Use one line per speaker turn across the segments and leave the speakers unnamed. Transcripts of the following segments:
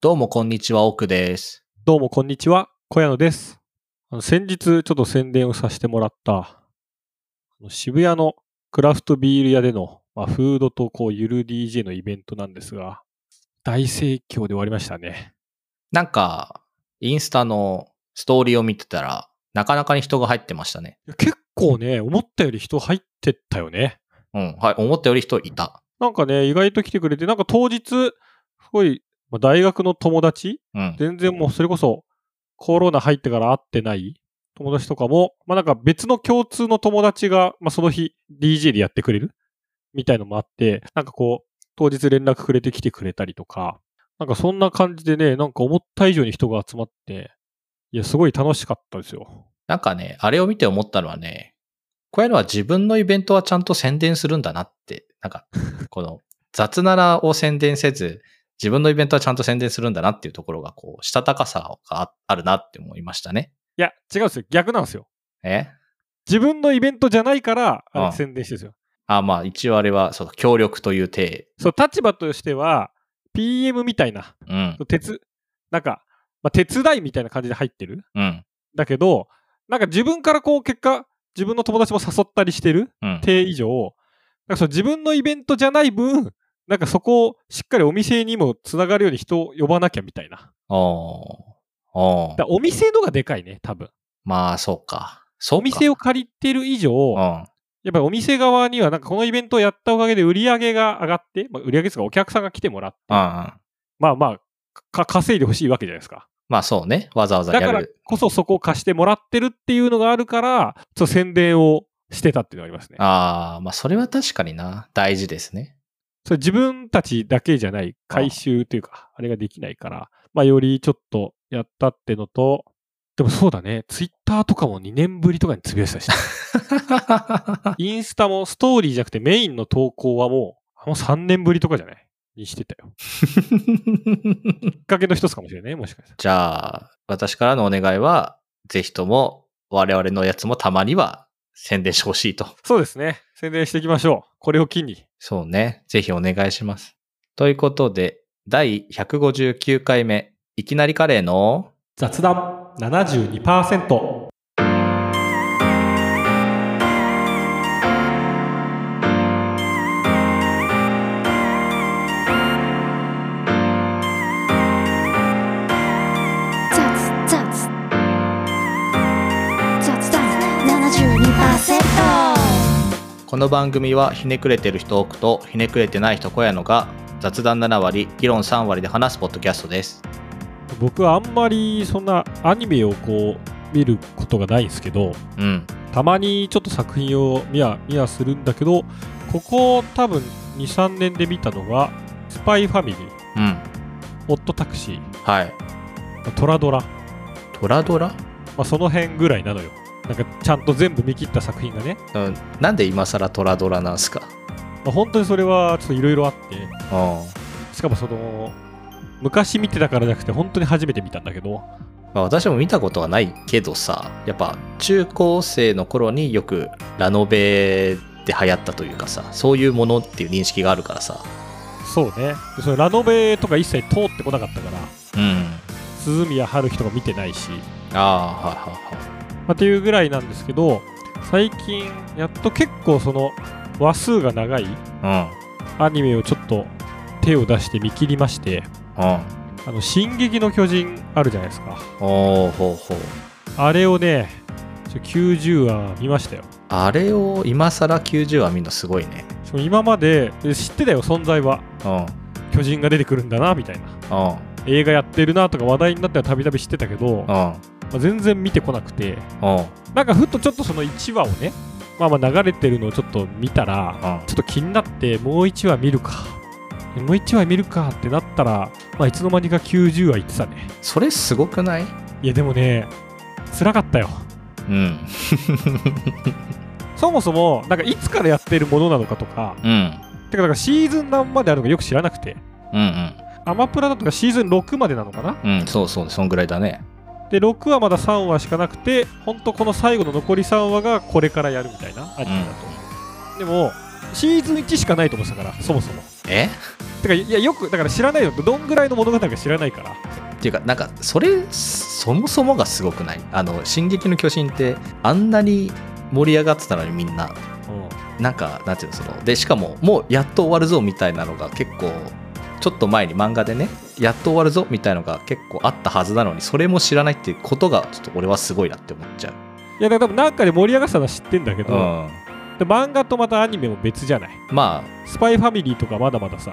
どうもこんにちは、奥です。
どうも、こんにちは。小屋野です。あの先日、ちょっと宣伝をさせてもらった、あの渋谷のクラフトビール屋での、まあ、フードとこう、ゆる DJ のイベントなんですが、大盛況で終わりましたね。
なんか、インスタのストーリーを見てたら、なかなかに人が入ってましたね。
いや結構ね、思ったより人入ってったよね。
うん、はい、思ったより人いた。
なんかね、意外と来てくれて、なんか当日、すごい、まあ大学の友達
うん。
全然もうそれこそコロナ入ってから会ってない友達とかも、まあなんか別の共通の友達が、まあその日 DJ でやってくれるみたいのもあって、なんかこう、当日連絡くれてきてくれたりとか、なんかそんな感じでね、なんか思った以上に人が集まって、いや、すごい楽しかったですよ。
なんかね、あれを見て思ったのはね、こういうのは自分のイベントはちゃんと宣伝するんだなって、なんか、この雑ならを宣伝せず、自分のイベントはちゃんと宣伝するんだなっていうところが、こう、したたかさがああるなって思いましたね。
いや、違うんですよ。逆なんですよ。
え
自分のイベントじゃないから、あ
ああ
れ宣伝してるんですよ。
あ、まあ、一応あれは、そう、協力という体。
そう、立場としては、PM みたいな、
うん、
手つなんか、まあ、手伝いみたいな感じで入ってる
うん、
だけど、なんか自分からこう結果、自分の友達も誘ったりしてる
うん。
て以上、なんかその自分のイベントじゃない分、なんかそこをしっかりお店にもつながるように人を呼ばなきゃみたいな。
おー。おー
だからお店のがでかいね、多分。
まあ、そうか。そうか。
お店
を。
を借りてる以上、
うん。
やっ
あ
ぱりお店側には、なんかこのイベントをやったおかげで売り上げが上がって、まあ、売り上げですがお客さんが来てもらって、
あ。
まあまあ、か稼いでほしいわけじゃないですか。
まあ、そうね。わざわざ
だ
や
から
る。
こそそこを貸してもらってるっていうのがあるから、ちょっと宣伝をしてたっていうのがありますね。
ああ、まあ、それは確かにな。大事ですね。
それ自分たちだけじゃない回収というか、あれができないから、まあ、よりちょっとやったってのと、でもそうだね、ツイッターとかも2年ぶりとかにつぶやいてた し、インスタもストーリーじゃなくてメインの投稿はもう、もう3年ぶりとかじゃないにしてたよ。きっかけの一つかもしれないね、もしかしたら。
じゃあ、私からのお願いは、ぜひとも、我々のやつもたまには宣伝してほしいと。
そうですね、宣伝していきましょう。これを機に。
そうね。ぜひお願いします。ということで、第159回目、いきなりカレーの、
雑談72%。
雑雑雑談72%
この番組はひねくれてる人多くとひねくれてない人小屋のが雑談7割議論3割で話すポッドキャストです
僕はあんまりそんなアニメをこう、見ることがないんですけど、
うん
たまにちょっと作品を見や見やするんだけどここ多分23年で見たのが「スパイファミリー」
うん
「オットタクシー
はい」
「トラドラ」ま
トラドラ、
あ、その辺ぐらいなのよなんかちゃんと全部見切った作品がね、
うん、なんで今更トラドラなんすか
まあ、本当にそれはちょっといろいろあって
うん
しかもその昔見てたからじゃなくて本当に初めて見たんだけど
まあ、私も見たことはないけどさやっぱ中高生の頃によくラノベで流行ったというかさそういうものっていう認識があるからさ
そうねでそのラノベとか一切通ってこなかったから
うん
鈴宮春日とか見てないし
ああはいはいはい
まあっていうぐらいなんですけど最近やっと結構その話数が長いアニメをちょっと手を出して見切りまして
うん
「あの進撃の巨人」あるじゃないですか
うんおおほうほう
あれをねちょ90話見ましたよ
あれを今更90はみんなすごいね
しかも今までえ知ってたよ存在は
うん
巨人が出てくるんだなみたいな
うん
映画やってるなとか話題になったらたびたび知ってたけど、ま
うん
あ全然見てこなくて
うん
なんかふっとちょっとその1話をねまあまあ流れてるのをちょっと見たら
うん
ちょっと気になってもう1話見るかもう1話見るかってなったら、まあ、いつの間にか90話いってたね
それすごくない
いやでもね辛かったよ
うん
そもそもなんかいつからやってるものなのかとか
うん
てかなんかシーズン何まであるのかよく知らなくて
うん
アマプラだとかシーズン6までなのかな
うんうんそうそうそんぐらいだね
で6はまだ3話しかなくてほんとこの最後の残り3話がこれからやるみたいなアニメだと、でもシーズン1しかないと思ってたからそもそも
え
てか、いや、よく、だから知らないよ。どんぐらいの物語か知らないから。
っていうか、なんか、それ、そもそもがすごくないあの、進撃の巨人って、あんなに盛り上がってたのにみんな、
うん。
なんか、なんていうの、その、で、しかも、もうやっと終わるぞみたいなのが結構、ちょっと前に漫画でね、やっと終わるぞみたいなのが結構あったはずなのに、それも知らないっていうことが、ちょっと俺はすごいなって思っちゃう。
いや、だから多分なんかで盛り上がってたのは知ってんだけ
う
ど、
ん。
で漫画とまたアニメも別じゃない。
まあ、
スパイファミリーとかまだまださ、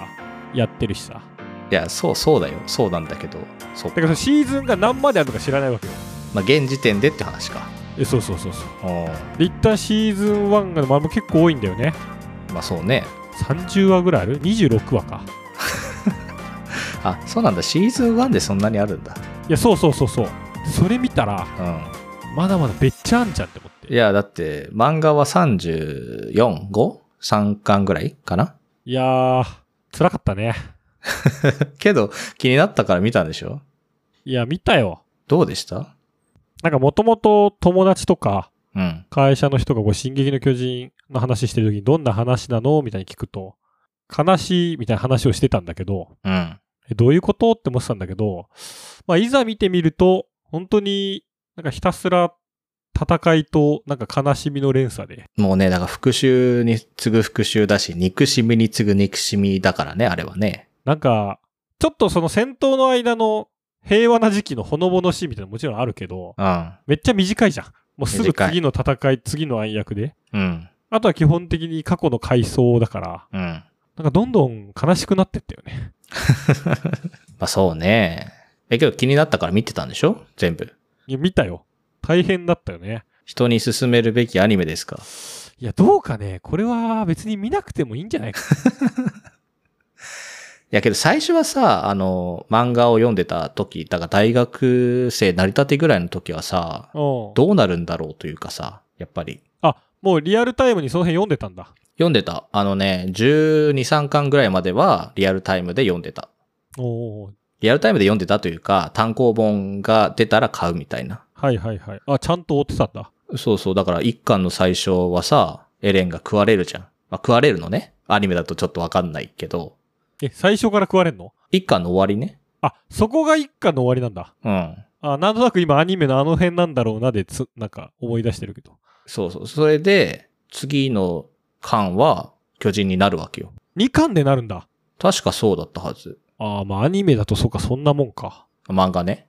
やってるしさ。
いや、そう、そうだよ。そうなんだけど、そう
だ。からそのシーズンが何まであるのか知らないわけよ。
まあ、現時点でって話か。
えそうそうそうそう。
うん。
で、一旦シーズン1が、まあ、もう結構多いんだよね。
まあ、そうね。
30話ぐらいある ?26 話か。
あ、そうなんだ。シーズン1でそんなにあるんだ。
いや、そうそうそうそう。それ見たら、
うん。
まだまだべっちゃあんじゃんって思って。
いや、だって、漫画は34、5?3 巻ぐらいかない
やー、辛かったね。
けど、気になったから見たんでしょ
いや、見たよ。
どうでした
なんかもともと友達とか
うん。
会社の人がこう進撃の巨人の話してる時にどんな話なのみたいに聞くと、悲しいみたいな話をしてたんだけど、
うん。
えどういうことって思ってたんだけど、まあいざ見てみると、本当になんかひたすら戦いとなんか悲しみの連鎖で。
もうね、だから復讐に次ぐ復讐だし、憎しみに次ぐ憎しみだからね、あれはね。
なんか、ちょっとその戦闘の間の平和な時期のほのぼのしいみたいなのもちろんあるけど、
うん。
めっちゃ短いじゃん。もうすぐ
短い
次の戦い、次の暗躍で。
うん。
あとは基本的に過去の回想だから、
うん。ま
なんかどんどん悲しくなってったよね。
あそうね。え、けど気になったから見てたんでしょ全部。
いや、見たよ。大変だったよね。
人に勧めるべきアニメですか
いや、どうかね、これは別に見なくてもいいんじゃ ないか。
いやけど最初はさ、あの、漫画を読んでた時、だから大学生成り立てぐらいの時はさ、
うん。
どうなるんだろうというかさ、やっぱり。
あ、もうリアルタイムにその辺読んでたんだ。
読んでた。あのね、12、3巻ぐらいまではリアルタイムで読んでた。
おー
リアルタイムで読んでたというか、単行本が出たら買うみたいな。
はいはいはい。あ、ちゃんと追ってたんだ。
そうそう。だから1巻の最初はさ、エレンが食われるじゃん。まあ、食われるのね。アニメだとちょっとわかんないけど。
え、最初から食われんの
1巻の終わりね。
あ、そこが一巻の終わりなんだ。
うん。
あ、なんとなく今アニメのあの辺なんだろうなでつ、なんか思い出してるけど。
そうそう。それで、次の巻は巨人になるわけよ。
2巻でなるんだ。
確かそうだったはず。
あーまあアニメだとそうか、そんなもんか。
漫画ね。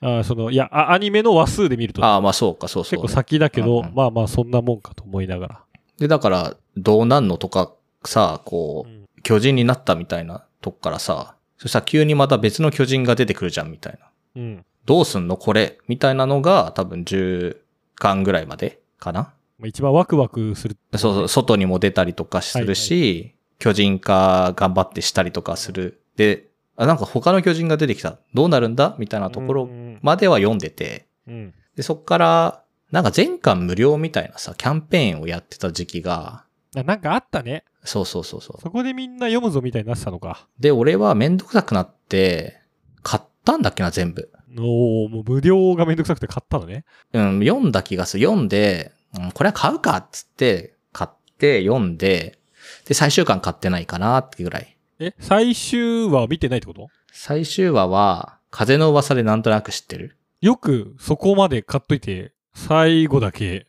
あーその、いやあ、アニメの話数で見ると
ああ、まあそうか、そうそう、
結構先だけど、
うんうん
まあまあそんなもんかと思いながら。
で、だから、どうなんのとかさ、こう、
うん
巨人になったみたいなとこからさ、そしたら急にまた別の巨人が出てくるじゃんみたいな。
うん。
どうすんのこれみたいなのが多分10巻ぐらいまでかな
まあ一番ワクワクする。
そうそう、外にも出たりとかするし、巨人化頑張ってしたりとかする。で、あ、なんか他の巨人が出てきた。どうなるんだみたいなとこ
う
ろ
ん
までは読んでて、
うん。
で、そっから、なんか全巻無料みたいなさ、キャンペーンをやってた時期が、
あなんかあったね。
そうそうそうそう。
そこでみんな読むぞみたいになってたのか。
で、俺はめんどくさくなって、買ったんだっけな、全部。
おーもう無料がめんどくさくて買ったのね。
うん、読んだ気がする。読んで、うん、これは買うかっつって、買って、読んで、で、最終巻買ってないかなってぐらい。
え、最終話見てないってこと
最終話は、風の噂でなんとなく知ってる。
よくそこまで買っといて、最後だけ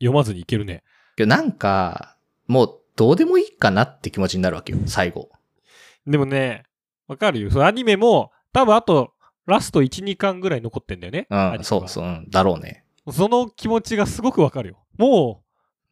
読まずにいけるね。
けどなんか、もうどうでもいいかなって気持ちになるわけよ、最後。
でもね、わかるよ。そのアニメも、多分あと、ラスト1、2巻ぐらい残ってんだよね。
う
アニメ
ん、
は
そうそう、うん、だろうね。
その気持ちがすごくわかるよ。も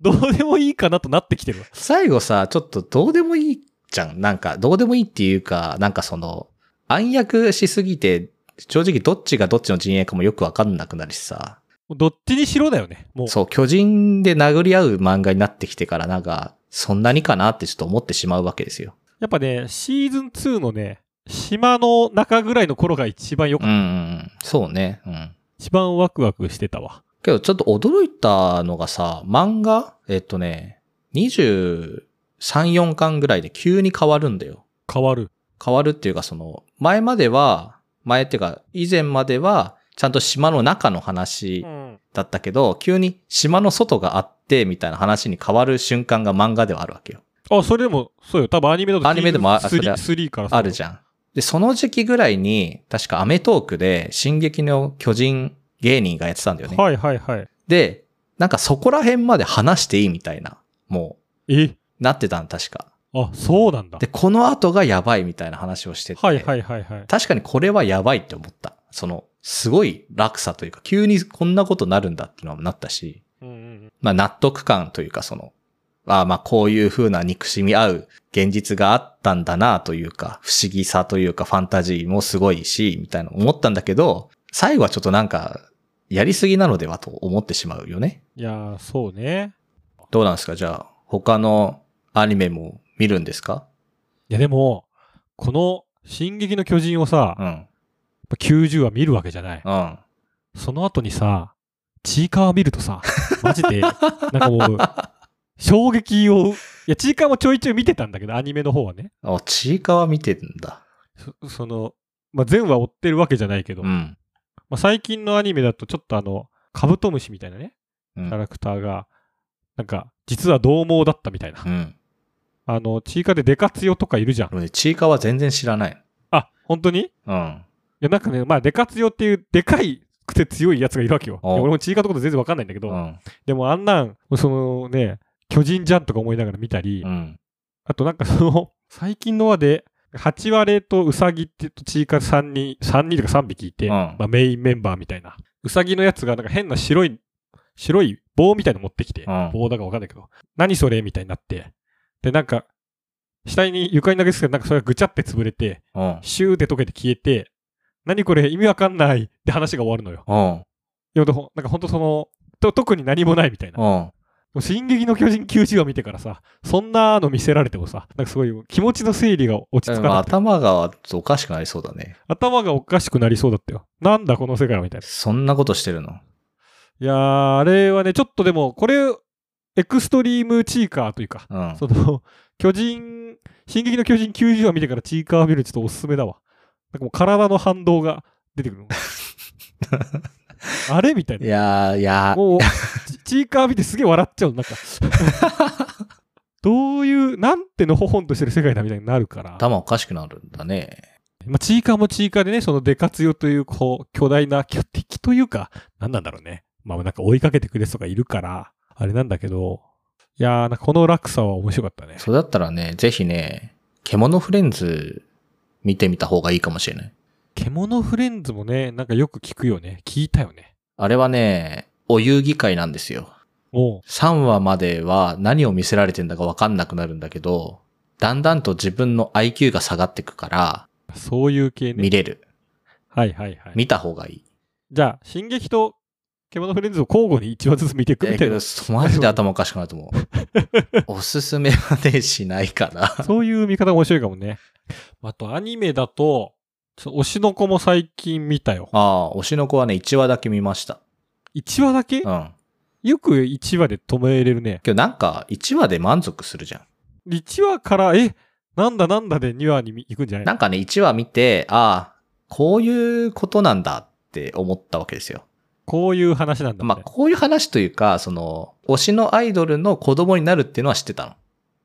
う、どうでもいいかなとなってきてるわ。
最後さ、ちょっとどうでもいいじゃん。なんか、どうでもいいっていうか、なんかその、暗躍しすぎて、正直どっちがどっちの陣営かもよくわかんなくなるしさ。
もうどっちにしろだよね。もう。
そう、巨人で殴り合う漫画になってきてから、なんか、そんなにかなってちょっと思ってしまうわけですよ。
やっぱね、シーズン2のね、島の中ぐらいの頃が一番よ
う
か
ん、
っ
う
た。
んうん、そうね。うん。
一番ワクワクしてたわ。
けど、ちょっと驚いたのがさ、漫画、えっとね、23、4巻ぐらいで急に変わるんだよ。
変わる。
変わるっていうか、その、前までは、前っていうか、以前までは、ちゃんと島の中の話
ん。
だったけど、急に島の外があって、みたいな話に変わる瞬間が漫画ではあるわけよ。
あ、それでも、そうよ。多分アニメだと
アニメでもあ
シーズン
あそ
3 3から
あるじ
ゃん。
ゃん。で、その時期ぐらいに、確かアメトークで、進撃の巨人芸人がやってたんだよね。
はいはいはい。
で、なんかそこら辺まで話していいみたいな、も
え
う、なってたん、確か。
あ、そうなんだ。
で、この後がやばいみたいな話をしてて。
はいはいはいはい。
確かにこれはやばいって思った。その、すごい落差というか、急にこんなことなるんだっていうのはなったし、
うんうん
まあ納得感というか、その、ああまあこういう風な憎しみ合う現実があったんだなというか、不思議さというかファンタジーもすごいし、みたいな思ったんだけど、最後はちょっとなんか、やりすぎなのではと思ってしまうよね。
いやー、そうね。
どうなんですかじゃあ、他のアニメも見るんですか
いやでも、この、進撃の巨人をさ、
う
やっ
ん。
ぱ90は見るわけじゃない。
うん。
その後にさ、チーカー見るとさ、マジで、なんかもう、衝撃を、いや、チーカーもちょいちょい見てたんだけど、アニメの方はね。
あ、ちいかわ見てるんだ。
そその、まあ、全話追ってるわけじゃないけど、
う
ま
ん。
あ、最近のアニメだと、ちょっとあの、カブトムシみたいなね、
う
キャ
ん。
ラクターが、なんか、実は獰猛だったみたいな。
うん。
あの、チーカーでデカツヨとかいるじゃん
で。もね、ちいかわ全然知らない。
あ、本当にい
うん。
や、なんかね、まあ、デカツヨっていう、でかいくて強いやつがいるわけよ。い
お
や俺もチーカーのこと全然わかんないんだけ
う
ど、
ん。
でもあんなん、そのね、巨人じゃんとか思いながら見たり、
うん。
あとなんかその、 最近の話で、8割とウサギってとチーカー3人、3人とか3匹いて、
うん
まあ、メインメンバーみたいな。ウサギのやつがなんか変な白い、白い棒みたいの持ってきて、
うん
棒だかわかんないけど、何それみたいになって、でなんか、下に床に投げつけて、なんかそれがぐちゃって潰れて、
うん。
シューって溶けて消えて、何これ意味わかんないって話が終わるのよ。
うん。
いや、でもなんかほんとその、と特に何もないみたいな。
うん。
もう進撃の巨人90話見てからさ、そんなの見せられてもさ、なんかすごい気持ちの整理が落ち着か
まあ
なくて、
頭がおかしくなりそうだね。
頭がおかしくなりそうだったよ。なんだこの世界はみたいな。
そんなことしてるの。
いやー、あれはね、ちょっとでも、これ、エクストリームチーカーというか、
うん。
その、巨人、進撃の巨人90話見てからチーカー見るのちょっとおすすめだわ。なんかもう体の反動が出てくるの。あれみたい
い
な。
やー、いやー、
もう、 チチーカー見てすげえ笑っちゃう の。なんか、どういう、なんてのほほんとしてる世界だみたいになるから。
頭おかしくなるんだね。
まあ、チーカーもチーカーでね、そのデカツヨという、こう、巨大な巨敵というか、なんなんだろうね。まあ、なんか追いかけてくれる人がいるから、あれなんだけど、いやー、なんかこの落差は面白かったね。
それだったらね、ぜひね、獣フレンズ見てみた方がいいかもしれない。
獣フレンズもね、なんかよく聞くよね。聞いたよね。
あれはね、お遊戯会なんですよ。
おう
3話までは何を見せられてんだかわかんなくなるんだけど、だんだんと自分の IQ が下がってくから、
そういう系
見
ね。
れる。
はいはいはい。
見た方がいい。
じゃあ、進撃と獣フレンズを交互に1話ずつ見ていく
だ
みた
け
い
ど
な。、
マジで頭おかしくなると思う。 おすすめはね、しないから。
そういう見方面白いかもね。あと、アニメだと、ちょ推しの子も最近見たよ。
ああ、推しの子はね、1話だけ見ました。
1話だけ
うん。
よく1話で止めれるね。
けどなんか、1話で満足するじゃん。
1話から、え、なんだなんだで2話に行くんじゃない
なんかね、1話見て、ああ、こういうことなんだって思ったわけですよ。
こういう話なんだ、ね。
まあ、こういう話というか、その、推しのアイドルの子供になるっていうのは知ってた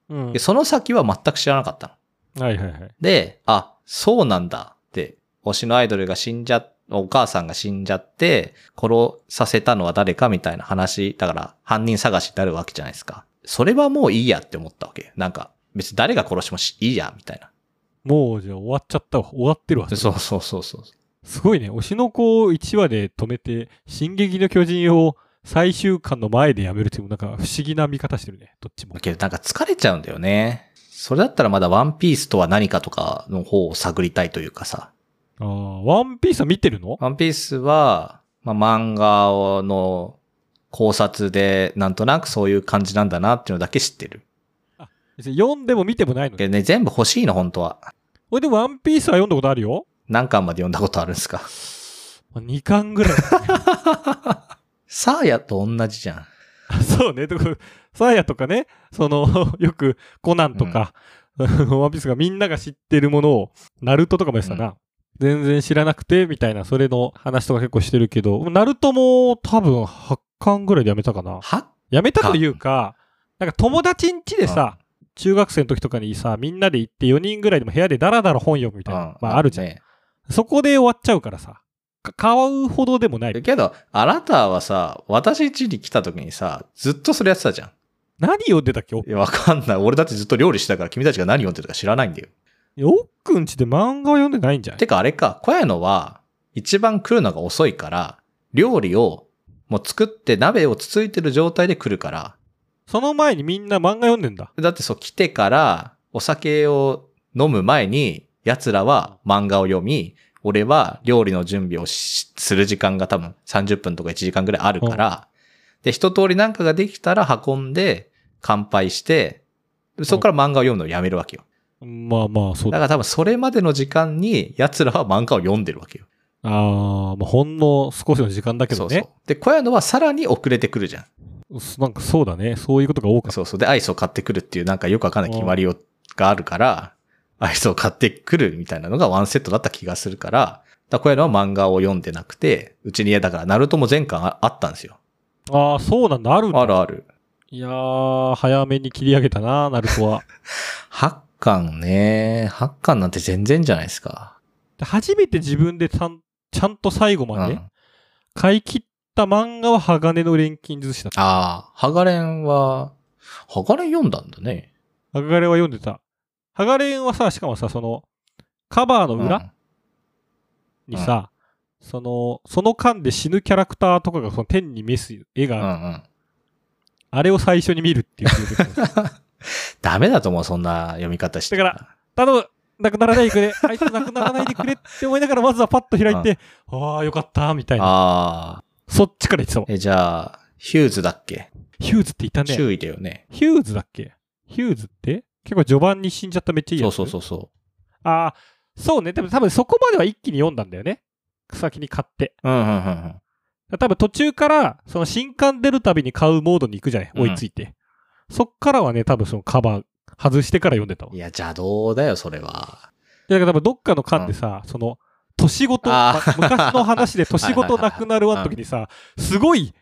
うん。
の。
は
で、その先は全く知らなかったの。
いはいはい。
で、あ、そうなんだって、推しのアイドルが死んじゃ、お母さんが死んじゃって、殺させたのは誰かみたいな話、だから犯人探しになるわけじゃないですか。それはもういいやって思ったわけ。なんか、別に誰が殺してもしいいや、みたいな。
もうじゃあ終わっちゃったわ。終わってるわ。
そうそうそうそう。
すごいね。推しの子を1話で止めて、進撃の巨人を最終巻の前でやめるっていうのも、なんか不思議な見方してるね。どっちも
だ。けどなんか疲れちゃうんだよね。それだったらまだワンピースとは何かとかの方を探りたいというかさ。
ああ、ワンピースは見てるの
ワンピースは、まあ、漫画の考察でなんとなくそういう感じなんだなっていうのだけ知ってる。
別に読んでも見てもないの
け
ね。
どね、全部欲しいの、本当は。
俺でもワンピースは読んだことあるよ。
何巻まで読んだことあるんですか。
2巻 ぐらい。
サーヤと同じじゃん。
そうね。とかサーヤとかね、その、 よくコナンとか、 ワンピースがみんなが知ってるものを、ナルトとかもやってたな。全然知らなくて、みたいな、それの話とか結構してるけど、ナルトも多分8巻ぐらいでやめたかな。
は
やめたというか、なんか友達ん家でさ、中学生の時とかにさ、みんなで行って4人ぐらいでも部屋でダラダラ本読むみたいな、まああるじゃん、
ね
そこで終わっちゃうからさ、か買うほどでもない。
けど、あなたはさ、私家に来た時にさ、ずっとそれやってたじゃん。
何読んでたっけお
いや、わかんない。俺だってずっと料理してたから、君たちが何読んでるか知らないんだよ。
よっくんちで漫画を読んでないんじゃない
てか、あれか、小屋のは、一番来るのが遅いから、料理を、もう作って鍋をつついてる状態で来るから、
その前にみんな漫画読んでんだ。
だってそう来てから、お酒を飲む前に、奴らは漫画を読み、俺は料理の準備をしする時間が多分30分とか1時間ぐらいあるから、で、一通りなんかができたら運んで、乾杯して、そこから漫画を読むのをやめるわけよ。
まあまあ、そう
だか
だ。
ら多分それまでの時間に奴らは漫画を読んでるわけよ。
あー、まあ、ほんの少しの時間だけ
そ
ど
うそう
ね。。
で、小屋のはさらに遅れてくるじゃん。
なんかそうだね。そういうことが多かった。
そうそう。で、アイスを買ってくるっていうなんかよくわかんない決まりをがあるから、アイスを買ってくるみたいなのがワンセットだった気がするから、だから小屋のは漫画を読んでなくて、うちに家だから、ナルトも全巻ああったんですよ。
ああ、そうなんだ。あるんだ
あるある。
いやー、早めに切り上げたな、ナルト は。
8巻ね。8巻なんて全然じゃないですか。
で初めて自分でちゃんちゃんと最後
う
まで
ん。
買い切った漫画は鋼の錬金術師だった。
ああ、ハガレンは、ハガレン読んだんだね。
鋼は読んでた。鋼はさ、しかもさ、その、カバーの裏、
うん
にさ、その、その間で死ぬキャラクターとかがその天に召す絵
う
がある、
んうん。
あれを最初に見るっていう記憶 がある。
ダメだと思う、そんな読み方して。
だから、頼むなくならないでくれあいつなくならないでくれって思いながら、まずはパッと開いて、ああ、よかった、みたいな。
ああ、
そっちから言ってたもん。
え、じゃあ、ヒューズだっけ
ヒューズっていたね。
注意だよね。
ヒューズだっけヒューズって結構序盤に死んじゃっためっちゃいい
そ
や
う
つ。
そうそうそ
ああ、そうね。でも多分そこまでは一気に読んだんだよね。先に買って。
う。うんうんうんうん。
多分途中から、その新刊出るたびに買うモードに行くじゃない
うん
追いついて。そっからはね、多分そのカバー外してから読んでたわ。
い
で
や、邪道だよ、それは。
だから多分どっかの巻でさ、その、年ごと、ま
あー
昔の話 で年ごとなくなるわの時にさ、すごい、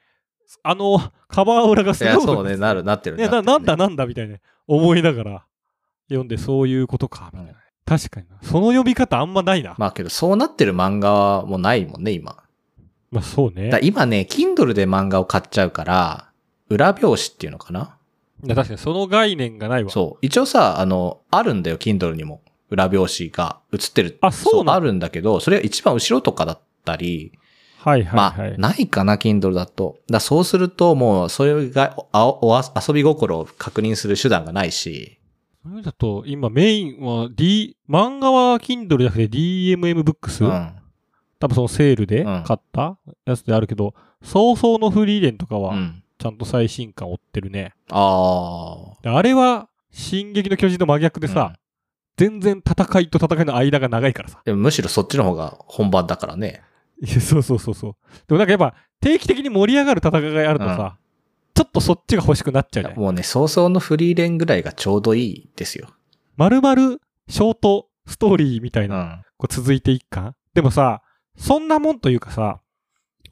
あの、カバー裏が
い
すごい
や、
こと
そうね、なる、なってる。
ね、
って
な
る
なんだなんだみたいな思いながら読んでそういうことかみたいな、
うん
確かになその読み方あんまないなま
まあけど、そうなってる漫画もないもんね、今。
あそうね
だ今ね、Kindle で漫画を買っちゃうから、裏表紙っていうのかない
や確かにその概念がないわ
そう。一応さ、あの、あるんだよ、Kindle にも。裏表紙が映ってる。
あそうなんだ
あるんだけど、それが一番後ろとかだったり、
はいはい
ま
は
あ
い、、
ないかな、Kindle だと。だそうすると、もう、それが、あおお遊び心を確認する手段がないし、
それだと今メインは D 漫画は Kindle じゃなくて DMM ブックス、
うん。
多分そのセールで
うん
買ったやつであるけど、早々のフリーレンとか
う
は
ん。
ちゃんと最新刊追ってるね、
ああ。
であれは「進撃の巨人」の真逆でさ、
うん
全然戦いと戦いの間が長いからさ
でもむしろそっちの方が本番だからね。
いや、そうそうそうそう。でもなんかやっぱ、定期的に盛り上がる戦いがあるとさ、ちょっとそっちが欲しくなっちゃうじゃない
もうね、早々のフリーレンぐらいがちょうどいいですよ。
まるまるショートストーリーみたいうな、
ん。
こう続いていくかでもさ、そんなもんというかさ、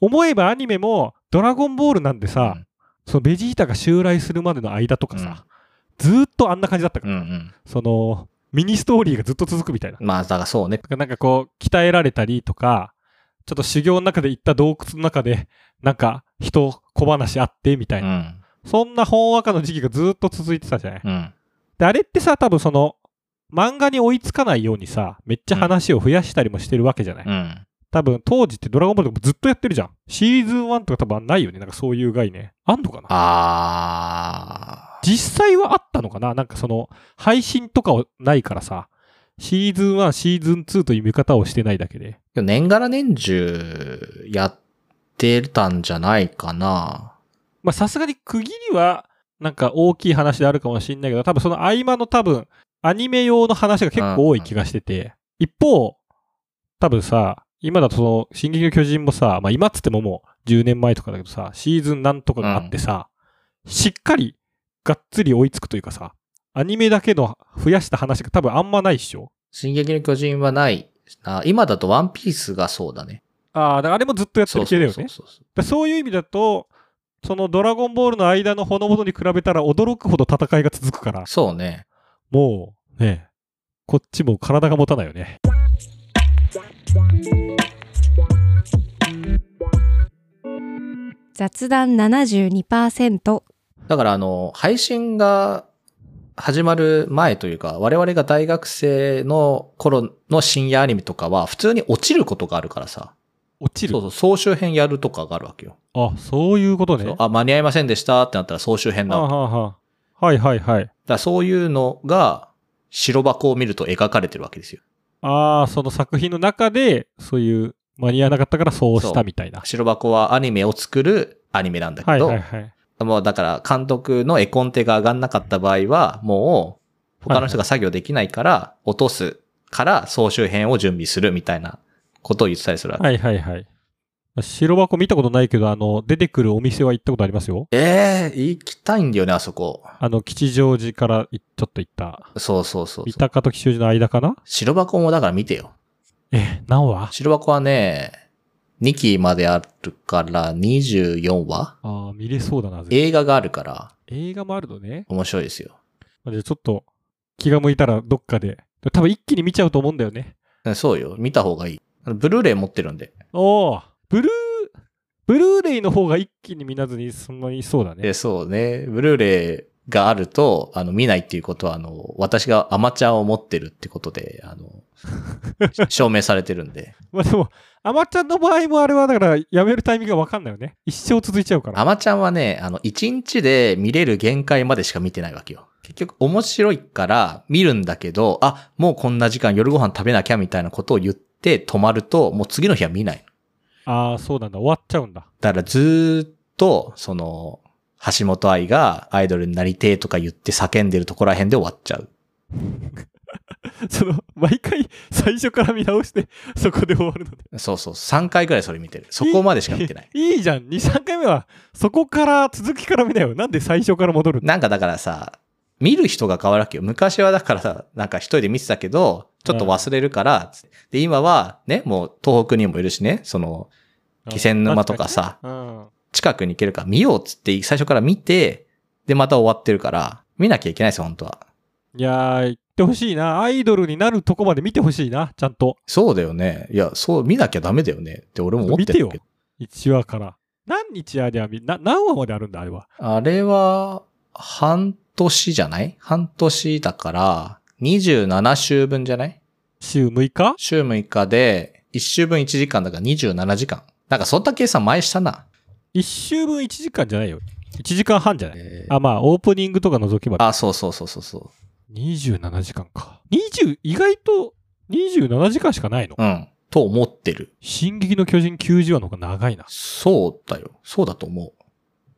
思えばアニメも、ドラゴンボールなんでさ、
うん
そのベジータが襲来するまでの間とかさ、ずーっとあんな感じだったか
うんう
ら、
ん。
その、ミニストーリーがずっと続くみたいな。
まあ、だからそうね。
なんかこう、鍛えられたりとか、ちょっと修行の中で行った洞窟の中で、なんか人小話あってみた
う
いな。
ん。
そんなほんわかの時期がずっと続いてたじゃない。
うん。
で、あれってさ、多分その、漫画に追いつかないようにさ、めっちゃ話を増やしたりもしてるわけじゃない。
うん。
多分当時ってドラゴンボールとかもずっとやってるじゃん。シーズン1とか多分ないよね。なんかそういう概念。あんのかな
あ
実際はあったのかななんかその、配信とかはないからさ、シーズン1、シーズン2という見方をしてないだけで。
ー。年がら年中やってたんじゃないかな。
まあさすがに区切りは、なんか大きい話であるかもしれないけど、多分その合間の多分、アニメ用の話が結構多い気がしてて、一方、多分さ、今だとその、進撃の巨人もさ、まあ今っつってももう10年前とかだけどさ、シーズンなんとかがあってさ、しっかりがっつり追いつくというかさ、アニメだけの増やした話が多分あんまないっしょ。
進撃の巨人はない。あ今だとワンピースがそうだね。
ああ、だからあれもずっとやって
そ
る
うそ
系だよ
う
ね。
そうそう。
でそういう意味だと、そのドラゴンボールの間のほのぼのに比べたら驚くほど戦いが続くから、
そうね。
もうね、こっちも体が持たないよね。
雑談72%
だからあの、配信が始まる前というか、我々が大学生の頃の深夜アニメとかは、普通に落ちることがあるからさ、
落ちる。
そうそう、総集編やるとかがあるわけよ。
あ、そういうことね。
そうあ、間に合いませんでしたってなったら総集編な
は
わけ。だか
あはあはいはいはい。
らそういうのが、白箱を見ると描かれてるわけですよ。
ああ、その作品の中で、そういう、間に合わなかったからそうしたみたいな。
白箱はアニメを作るアニメなんだ
は
け
い
ど、
はいはい。
もうだから監督の絵コンテが上がんなかった場合は、もう他の人が作業できないから、落とすから総集編を準備するみたいなことを言ってたりするわけ。
はいはいはい。白箱見たことないけど、あの、出てくるお店は行ったことありますよ。
ええ行きたいんだよね、あそこ。
あの、吉祥寺からいちょっと行った。
そうそうそう
三
そう。
鷹と吉祥寺の間かな
白箱もだから見てよ。
え、何話
白箱はね、2期まであるから24話
ああ、見れそうだな。
映画があるから
映画もあるのね。
面白いですよ。
じゃあちょっと、気が向いたらどっかで。多分一気に見ちゃうと思うんだよね。
そうよ。見た方がいい。あのブルーレイ持ってるんで。
おおブルー、ブルーレイの方が一気に見なずに、そんなにそうだね
で、。そうね。ブルーレイがあると、あの、見ないっていうことは、あの、私がアマチュアを持ってるってことで、あ の、証明されてるんで。
まあでも、アマちゃんの場合もあれはだから、やめるタイミングが分かんないよね。一生続いちゃうから。
アマちゃんはね、あの、1日で見れる限界までしか見てないわけよ。結局、面白いから見るんだけど、あ、もうこんな時間夜ご飯食べなきゃみたいなことを言って止まると、もう次の日は見ない。
ああ、そうなんだ。終わっちゃうんだ。
だからずーっと、その、橋本愛がアイドルになりてえとか言って叫んでるとこら辺で終わっちゃう。
その、毎回、最初から見直して、そこで終わるので。
そうそう、3回くらいそれ見てる。そこまでしか見てない。
いいじゃん。2、3回目は、そこから、続きから見なよ。なんで最初から戻るんだ
なんかだからさ、見る人が変わるわけよ。昔はだからさ、なんか一人で見てたけど、ちょっと忘れるから、つってで、今はね、もう東北にもいるしね、その、気仙沼とか。さ、
うん。
近くに行けるから見ようっつって最初から見て、で、また終わってるから、見なきゃいけないですよ、本当は。
いやー、言ってほしいな。アイドルになるとこまで見てほしいな。ちゃんと。
そうだよね。いや、そう、見なきゃダメだよねって俺も思っ
見
て
て
る
よ
けど。。
1話から。何日やでは見、な、何話まであるんだ、あれは。
あれは、半年じゃない半年だから、27週分じゃない
週6日
週6日で、1週分1時間だから27時間。なんかそんな計算前したな。
1週分1時間じゃないよ。1時間半じゃない。
えー
あ、まあ、オープニングとか除けば。
あ、そうそうそうそうそ
27時間か。20、意外と27時間しかないの。
う。うん。と思ってる。
進撃の巨人90話の方が長いな。
そうだよ。そうだと思う。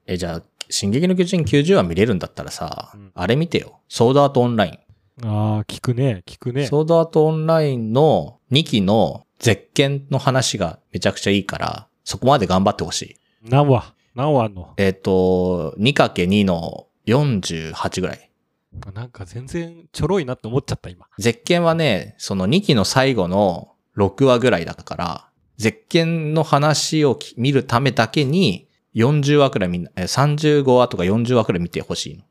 え、じゃあ、進撃の巨人90話見れるんだったらさ、
うん
あれ見てよ。ソードアートオンライ
ああ、聞くね、聞く
ン。
ね。
ソードアートオンラインの2期の絶剣の話がめちゃくちゃいいから、そこまで頑張ってほしい。
何話何話あんの
えっ、と、2×2 の48ぐらい。
なんか全然ちょろいなって思っちゃった、今。
絶剣はね、その2期の最後の6話ぐらいだから、絶剣の話をき見るためだけに、40話くらいみんな、え35話とか40話くらい見てほしいの。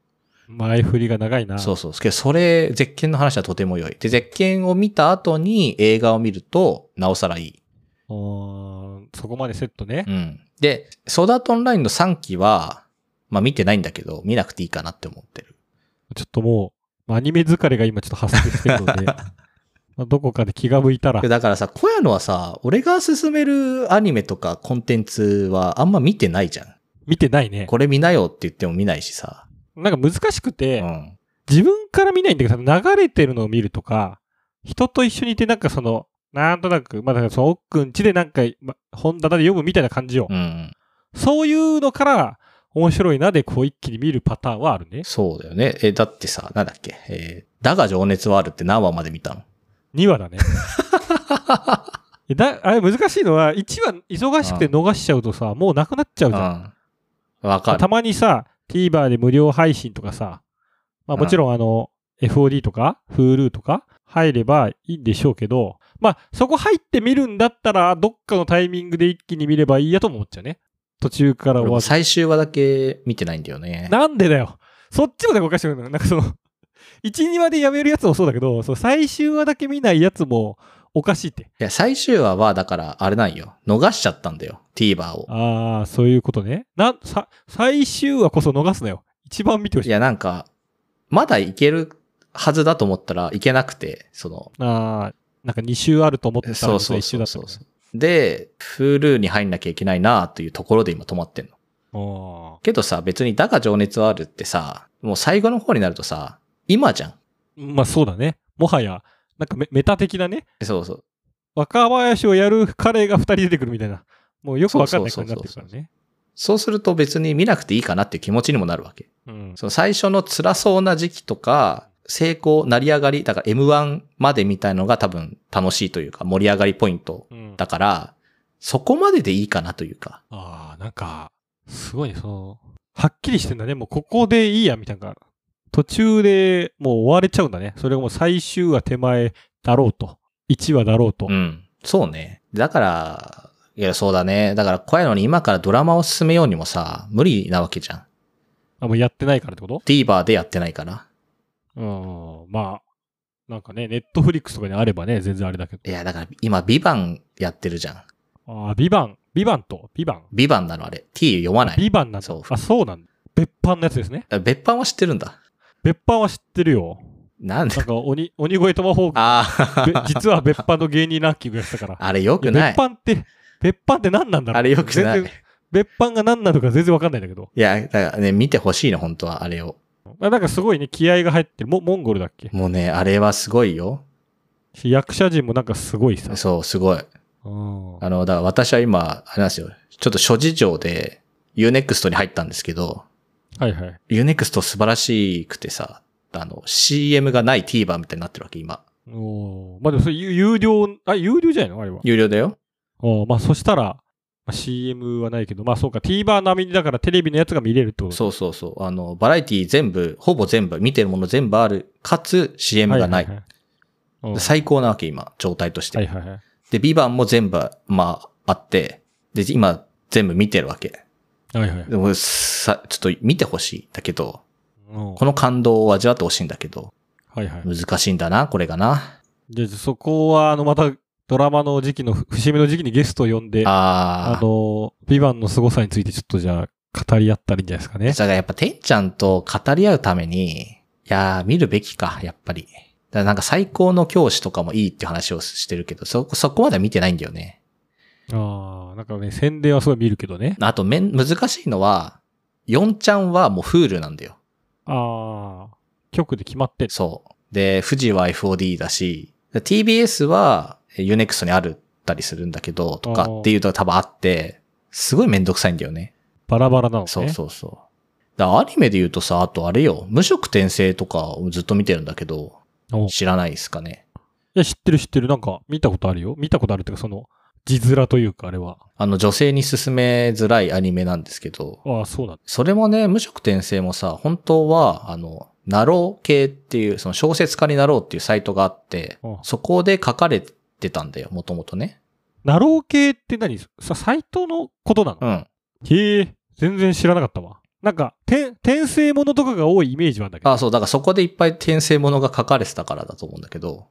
前振りが長いな。
そうそう。けど、それ、絶剣の話はとても良い。で、絶剣を見た後に映画を見ると、なおさらいい。
うーん。そこまでセットね
う。ん。で、ソダートオンラインの3期は、まあ見てないんだけど、見なくていいかなって思ってる。
ちょっともう、アニメ疲れが今ちょっと発生してる ので、まあどこかで気が向いたら
いや、だからさ、小屋のはさ、俺が勧めるアニメとかコンテンツはあんま見てないじゃん。
見てないね。
これ見なよって言っても見ないしさ。
なんか難しくて、
うん。
自分から見ないんだけど、流れてるのを見るとか、人と一緒にいて、なんかその、なんとなく、まあ、だからその、奥くんちでなんか、ま、本棚で読むみたいな感じよ。
うん。
そういうのから、面白いなで、こう一気に見るパターンはあるね。
そうだよね。え、だってさ、なんだっけ。えーだが情熱はあるって何話まで見たの
2話 だね。えだあれ難しいのは、1話忙しくて逃しちゃうとさ、もうなくなっちゃうじゃん。
うん。わか
た
る。
まにさ、TVer で無料配信とかさ、まあ
うん
もちろんあの、FOD とか、Hulu とか入ればいいんでしょうけど、まあそこ入ってみるんだったら、どっかのタイミングで一気に見ればいいやとも思っちゃうね。途中か
俺
ら終
も
わる。
最終話だけ見てないんだよね。
なんでだよ。そっちまで動かしてくるのなんかその、 1、2話でやめるやつもそうだけど、そう最終話だけ見ないやつもおかしいって。
いや、最終話は、だから、あれなんよ。逃しちゃったんだよ。TVer を。
ああ、そういうことね。なん、さ、最終話こそ逃すなよ。一番見てほし
い
い。
や、なんか、まだいけるはずだと思ったらいけなくて、その、
ああ、なんか2週あると思ってた
そ
ら
うそう
1週
そ
だ
う
った
そ
み
う
たいな。
で、Hulu に入んなきゃいけないなというところで今止まってんの。
あ
けどさ、別にだが情熱はあるってさ、もう最後の方になるとさ、今じゃん。
ーまあそうだね。もはや、なんかメメタ的なね、
そうそう。
若林をやる彼が2人出てくるみたいな、もうよくわかんない感じになってるからね。
そうすると別に見なくていいかなっていう気持ちにもなるわけ。
うん。
その最初の辛そうな時期とか、成功、成り上がり、だから M1 までみたいのが多分楽しいというか盛り上がりポイント
うん
だから、そこまででいいかなというか。
ああ、なんか、すごいね、その、はっきりしてんだね。もうここでいいや、みたいな。途中でもう終われちゃうんだね。それがもう最終話手前だろうと。1話だろうと。
うん。そうね。だから、いや、そうだね。だから、怖いのに今からドラマを進めようにもさ、無理なわけじゃん。
あ、もうやってないからってこと
TVer でやってないから。
うん。まあ、なんかね、ネットフリックスとかにあればね、全然あれだけど
い。や、だから、今、ビバンやってるじゃん。
ああ、ビバン、ビバンと、ビバン。
ビバンなのあれ。T 読まな
ビ
い。
バンなんだ
そう。
あ、そうなんだ。別版のやつですね。
あ別版は知ってるんだ。
別版は知ってるよ。
なんで
なんか鬼、鬼越トマホーク
あ
べ
あ、
実は別版の芸人ランキングやってたから。
あれよく
いや
ない
別。版って、別版って何なんだろう
あれ良くない
全然別版が何なのか全然わかんないんだけど。
いや、だからね、見てほしいの、本当は、あれを。
あなんかすごいね、気合が入ってる。モモンゴルだっけ
もうね、あれはすごいよ。
役者陣もなんかすごいさ。
そう、すごい。
うん
あの、だから私は今、あれなんですよ。ちょっと諸事情で、Unext に入ったんですけど、
はいはい。
Unext 素晴らしくてさ、あの、CM がない TVer みたいになってるわけ、今。
おーまあでもそれ有有料、あ、有料じゃないのあれは。
有料だよ。
おーまあそしたら、まあ CM はないけど、まあそうか、TVer 並みにだからテレビのやつが見れるってこと
そうそうそう。あの、バラエティ全部、ほぼ全部、見てるもの全部ある、かつ CM がない。
はいはいはい
最高なわけ、今、状態として。
はいはいはい。
で、ビバンも全部、まあ、あって、で、今、全部見てるわけ。
はいはい。
でも、さ、ちょっと見てほしい。だけど、
うん
この感動を味わってほしいんだけど、
はいはい。
難しいんだな、これがな。
じゃあそこは、あの、またドラマの時期の、節目の時期にゲストを呼んで、あ
あー。
の、ビバンの凄さについてちょっとじゃあ語り合ったらいいんじゃないですかね
だ。からやっぱ、てんちゃんと語り合うために、いやー、見るべきか、やっぱり。だからなんか最高の教師とかもいいって話をしてるけど、そ、そこまでは見てないんだよね。
ああ、なんかね、宣伝はすごい見るけどね。
あと、めん、難しいのは、4ちゃんはもうフールなんだよ。
ああ、局で決まってる。
そう。で、富士は FOD だし、で TBS はえ UNEXT にあるったりするんだけど、とか
おー
っていうと多分あって、すごいめんどくさいんだよね。
バラバラなのね。
そうそうそう。だからアニメで言うとさ、あとあれよ、無色転生とかをずっと見てるんだけど、
おい
知らないですかね。
や、知ってる知ってる。なんか、見たことあるよ。見たことあるっていうか、その、字面というか、あれは。
あの、女性に勧めづらいアニメなんですけど、
ああ、そうなんだ。
それもね、無色転生もさ、本当は、あの、ナロー系っていう、その小説家になろうっていうサイトがあって
うん、
そこで書かれてたんだよ、もともとね。
ナロー系って何さ、サイトのことなの、
うん。
へえ、全然知らなかったわ。なんか、て転生ものとかが多いイメージはあるんだけど。
あ、そう、だからそこでいっぱい転生ものが書かれてたからだと思うんだけど、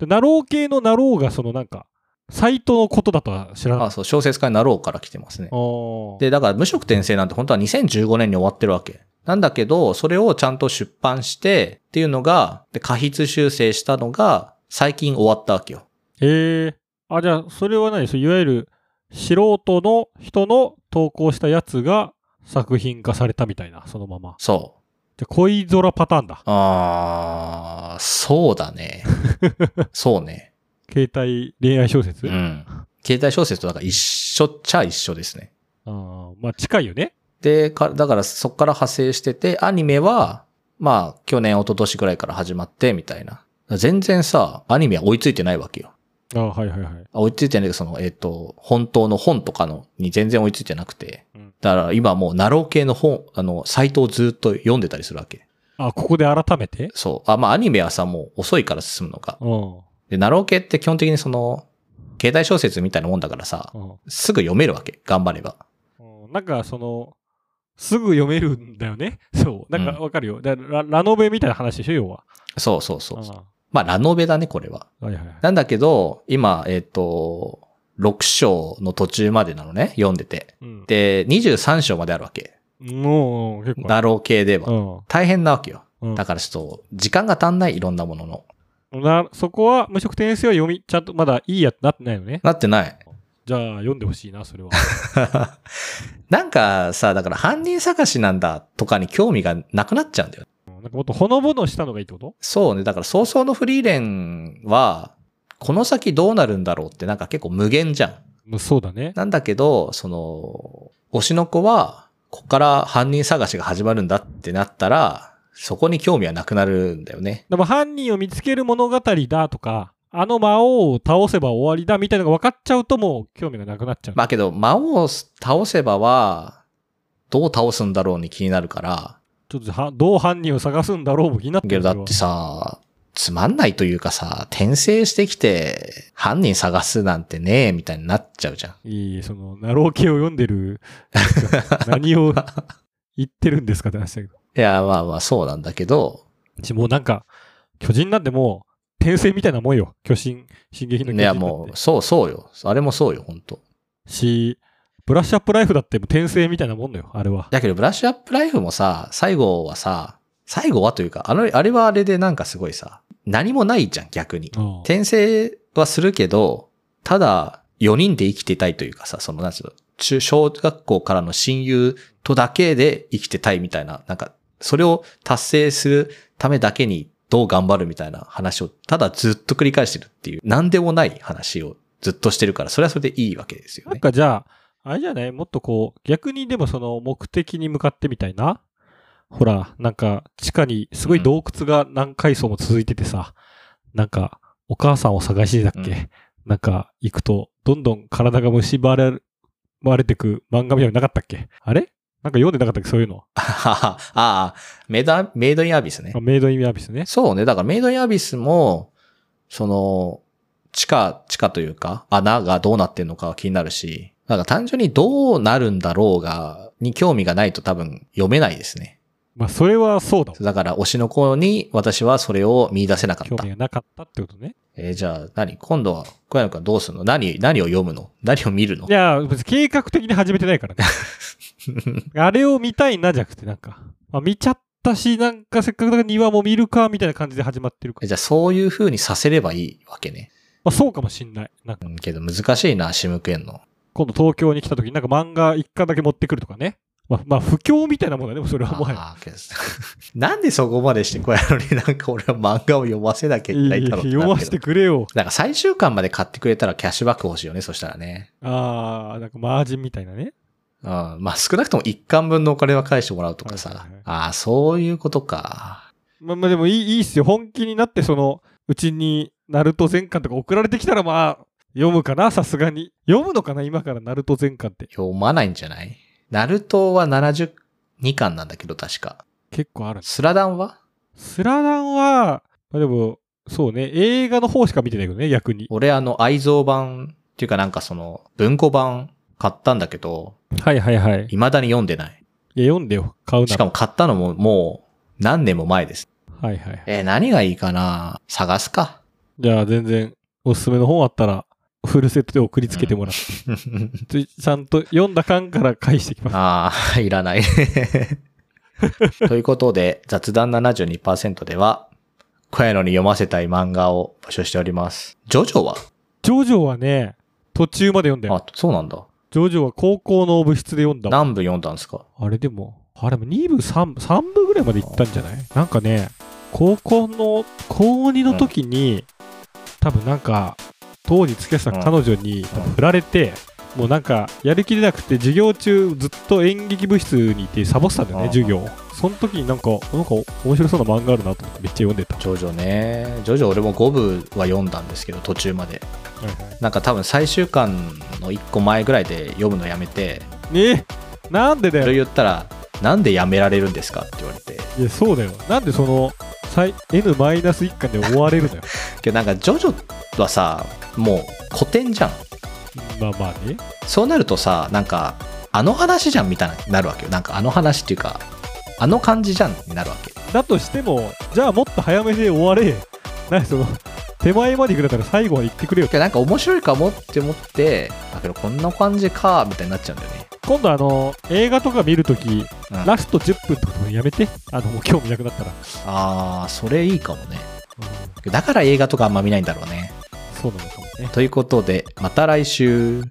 でナロー系のナローが、そのなんか、サイトのことだとは知らなか
あ、
っ
そう、小説家になろうから来てますね
た。。おー
で、だから無色転生なんて本当は2015年に終わってるわけ。なんだけど、それをちゃんと出版してっていうのが、で、過筆修正したのが最近終わったわけよ。
へえ。あ、じゃあ、それは何それいわゆる素人の人の投稿したやつが作品化されたみたいな、そのまま。
そう。
じゃあ、恋空パターンだ。
あー、そうだね。そうね。
携帯恋愛小説。
う
あ
ん。携帯小説とだから一緒っちゃ一緒ですね。
ーまあ、近いよね。
で、かだからそこから派生してて、アニメは、まあ、去年、一昨年ぐらいから始まって、みたいな。全然さ、アニメは追いついてないわけよ。
あーはいはいはい。
あ追いついてないけど、その、えっ、と、本当の本とかの、に全然追いついてなくて
うん。
だから今もう、ナロー系の本、あの、サイトをずっと読んでたりするわけ。
あ、ここで改めて
そう。あ、まあ、アニメはさ、もう遅いから進むのが。
うん。うん
で、ナロー系って基本的にその、携帯小説みたいなもんだからさ、すぐ読めるわけ。頑張れば。
うん。なんか、その、すぐ読めるんだよね。 そう。なんかわかるよ。だからララノベみたいな話でしょ、要は。
そうそうそうそう。
あ
まあ、ラノベだね、これは。
あはいはいはい。
なんだけど、今、えっ、と、6章の途中までなのね、読んでて。
うん、
で、23章まであるわけ。
もう、結構あ
だろう系で
る。
は。大変なわけよ。
うん。うん
だからちょっと、時間が足んない、いろんなものの。
なそこは無色転生は読み、ちゃんとまだいいやってなってないのね。
なってない。
じゃあ読んでほしいな、それは。
なんかさ、だから犯人探しなんだとかに興味がなくなっちゃうんだよ。
うんなんかもっとほのぼのしたのがいいってこと
そうね。だから早々のフリーレンは、この先どうなるんだろうってなんか結構無限じゃん。
まあそうだね。
なんだけど、その、推しの子は、ここから犯人探しが始まるんだってなったら、そこに興味はなくなるんだよね。
でも犯人を見つける物語だとか、あの魔王を倒せば終わりだみたいなのが分かっちゃうともう興味がなくなっちゃう。
まあけど、魔王を倒せばは、どう倒すんだろうに気になるから、
ちょっとはどう犯人を探すんだろうも気になって
け
る
どだってさ、つまんないというかさ、転生してきて、犯人探すなんてねえ、みたいになっちゃうじゃん。
いい、その、ナロー系を読んで る、何を言ってるんですかって話だけど。
いや、まあまあそうなんだけど、
うちもうなんか、巨人なんてもう、転生みたいなもんよ。巨神、進撃の巨人
い
だっ
や
て。
もう、そうそうよ。あれもそうよ、本当
し、ブラッシュアップライフだってもう転生みたいなもんだよ、あれは。
だけど、ブラッシュアップライフもさ、最後はさ、最後はというか、あの、あれはあれでなんかすごいさ、何もないじゃん、逆に。
うん
転生はするけど、ただ、4人で生きてたいというかさ、その、なんつうの、中、小学校からの親友とだけで生きてたいみたいな、なんか、それを達成するためだけにどう頑張るみたいな話を、ただずっと繰り返してるっていう、何でもない話をずっとしてるから、それはそれでいいわけですよ
なん
ね。
かじゃあ、あれじゃないもっとこう、逆にでもその目的に向かってみたいな。ほら、なんか地下にすごい洞窟が何階層も続いててさ、なんかお母さんを探してだっけ、
うん
なんか行くと、どんどん体が蝕れ、れてく漫画みたいなのなかったっけあれなんか読んでなかったっけそういうの。
ああ、メイド、メイドインアビスね
あ。メイドインアビスね。
そうね。だからメイドインアビスも、その、地下、地下というか、穴がどうなってんのかは気になるし、なんか単純にどうなるんだろうが、に興味がないと多分読めないですね。
まあそれはそうだもん。
だから推しの子に私はそれを見出せなかっ
興
た
味。がなかったってことね。
えーじゃあ何今度は、小山君はどうするの何、何を読むの 何を見るの
いや、別に計画的に始めてないからね。あれを見たいなじゃなくて、なんか、まあ、見ちゃったし、なんかせっかくだから庭も見るか、みたいな感じで始まってるか
え
ら。
じゃあそういう風にさせればいいわけね。
まあ、そうかもしんない。なんか、
うん、けど難しいな、シムクエンの。
今度東京に来た時になんか漫画一巻だけ持ってくるとかね。まあ、まあ、不況みたいなもんだね、もうそれはもはや。
あーけ どなんでそこまでして小山になんか俺は漫画を読ませなきゃいけないんだろうってなるけど
読ませてくれよ。
なんか最終巻まで買ってくれたらキャッシュバック欲しいよね、そしたらね。
ああ、なんかマージンみたいなね。
うん。まあ少なくとも1巻分のお金は返してもらうとかさ。
はいはいはい
ああ、そういうことか。
まあ、まあ、でもいい、いいっすよ。本気になって、その、うちに、ナルト全巻とか送られてきたら、まあ、読むかな、さすがに。読むのかな、今からナルト全巻って。
読まないんじゃないナルトは72巻なんだけど、確か。
結構あるんだ
スラダンは
スラダンは、まあ、でも、そうね、映画の方しか見てないけどね、逆に。
俺あの、愛蔵版っていうかなんかその、文庫版買ったんだけど、
はいはいはい。
未だに読んでない。
いや、読んでよ、買うなら。
しかも買ったのももう何年も前です。
はいはい。
えー何がいいかな探すか。
じゃあ、全然、おすすめの本あったら、フルセットで送りつけてもらって、つ ちゃんと読んだ感から返してきます。
ああ、いらない。ということで、雑談72%では、小屋のに読ませたい漫画を募集しております。ジョジョは
ジョジョはね、途中まで読んだよ。
あ、そうなんだ。
ジョジョは高校の部室で読んだわ。
何部読んだんですか
あれでも、あれも2部、3部、3部ぐらいまで行ったんじゃないなんかね、高校の、高2の時に、多分なんか、当時付き合ってた彼女に多分振られて、もうなんか、やる気出なくて、授業中ずっと演劇部室にいてサボってたんだよね、
うん
授業を。その時になんか、なんか面白そうな漫画あるなと思ってめっちゃ読んでた。
ジョジョね。ジョジョ俺も5部は読んだんですけど、途中まで。なんか多分最終巻の1個前ぐらいで読むのやめて、
ねえ、なんでだ
そ
よ
れ。言ったら、なんでやめられるんですかって言われて。
いや、そうだよ。なんでその、最 N-1 巻で終わ れるのよ。
けどなんかジョジョはさ、もう古典じゃん。
まあまあね。
そうなるとさ、なんか、あの話じゃんみたいになるわけよ。なんかあの話っていうか、あの感じじゃんになるわけ。
だとしても、じゃあもっと早めで終われ。何その、手前まで行くんだったら最後まで行ってくれよ。
けどなんか面白いかもって思って、あ、けどこんな感じか、みたいになっちゃうんだよね。
今度あの、映画とか見るとき、
うん
ラスト10分とかでもやめて。あの、もう興味なくなったら。
あー、それいいかもね。だから映画とかあんま見ないんだろうね。
そうなのかもね。
ということで、また来週。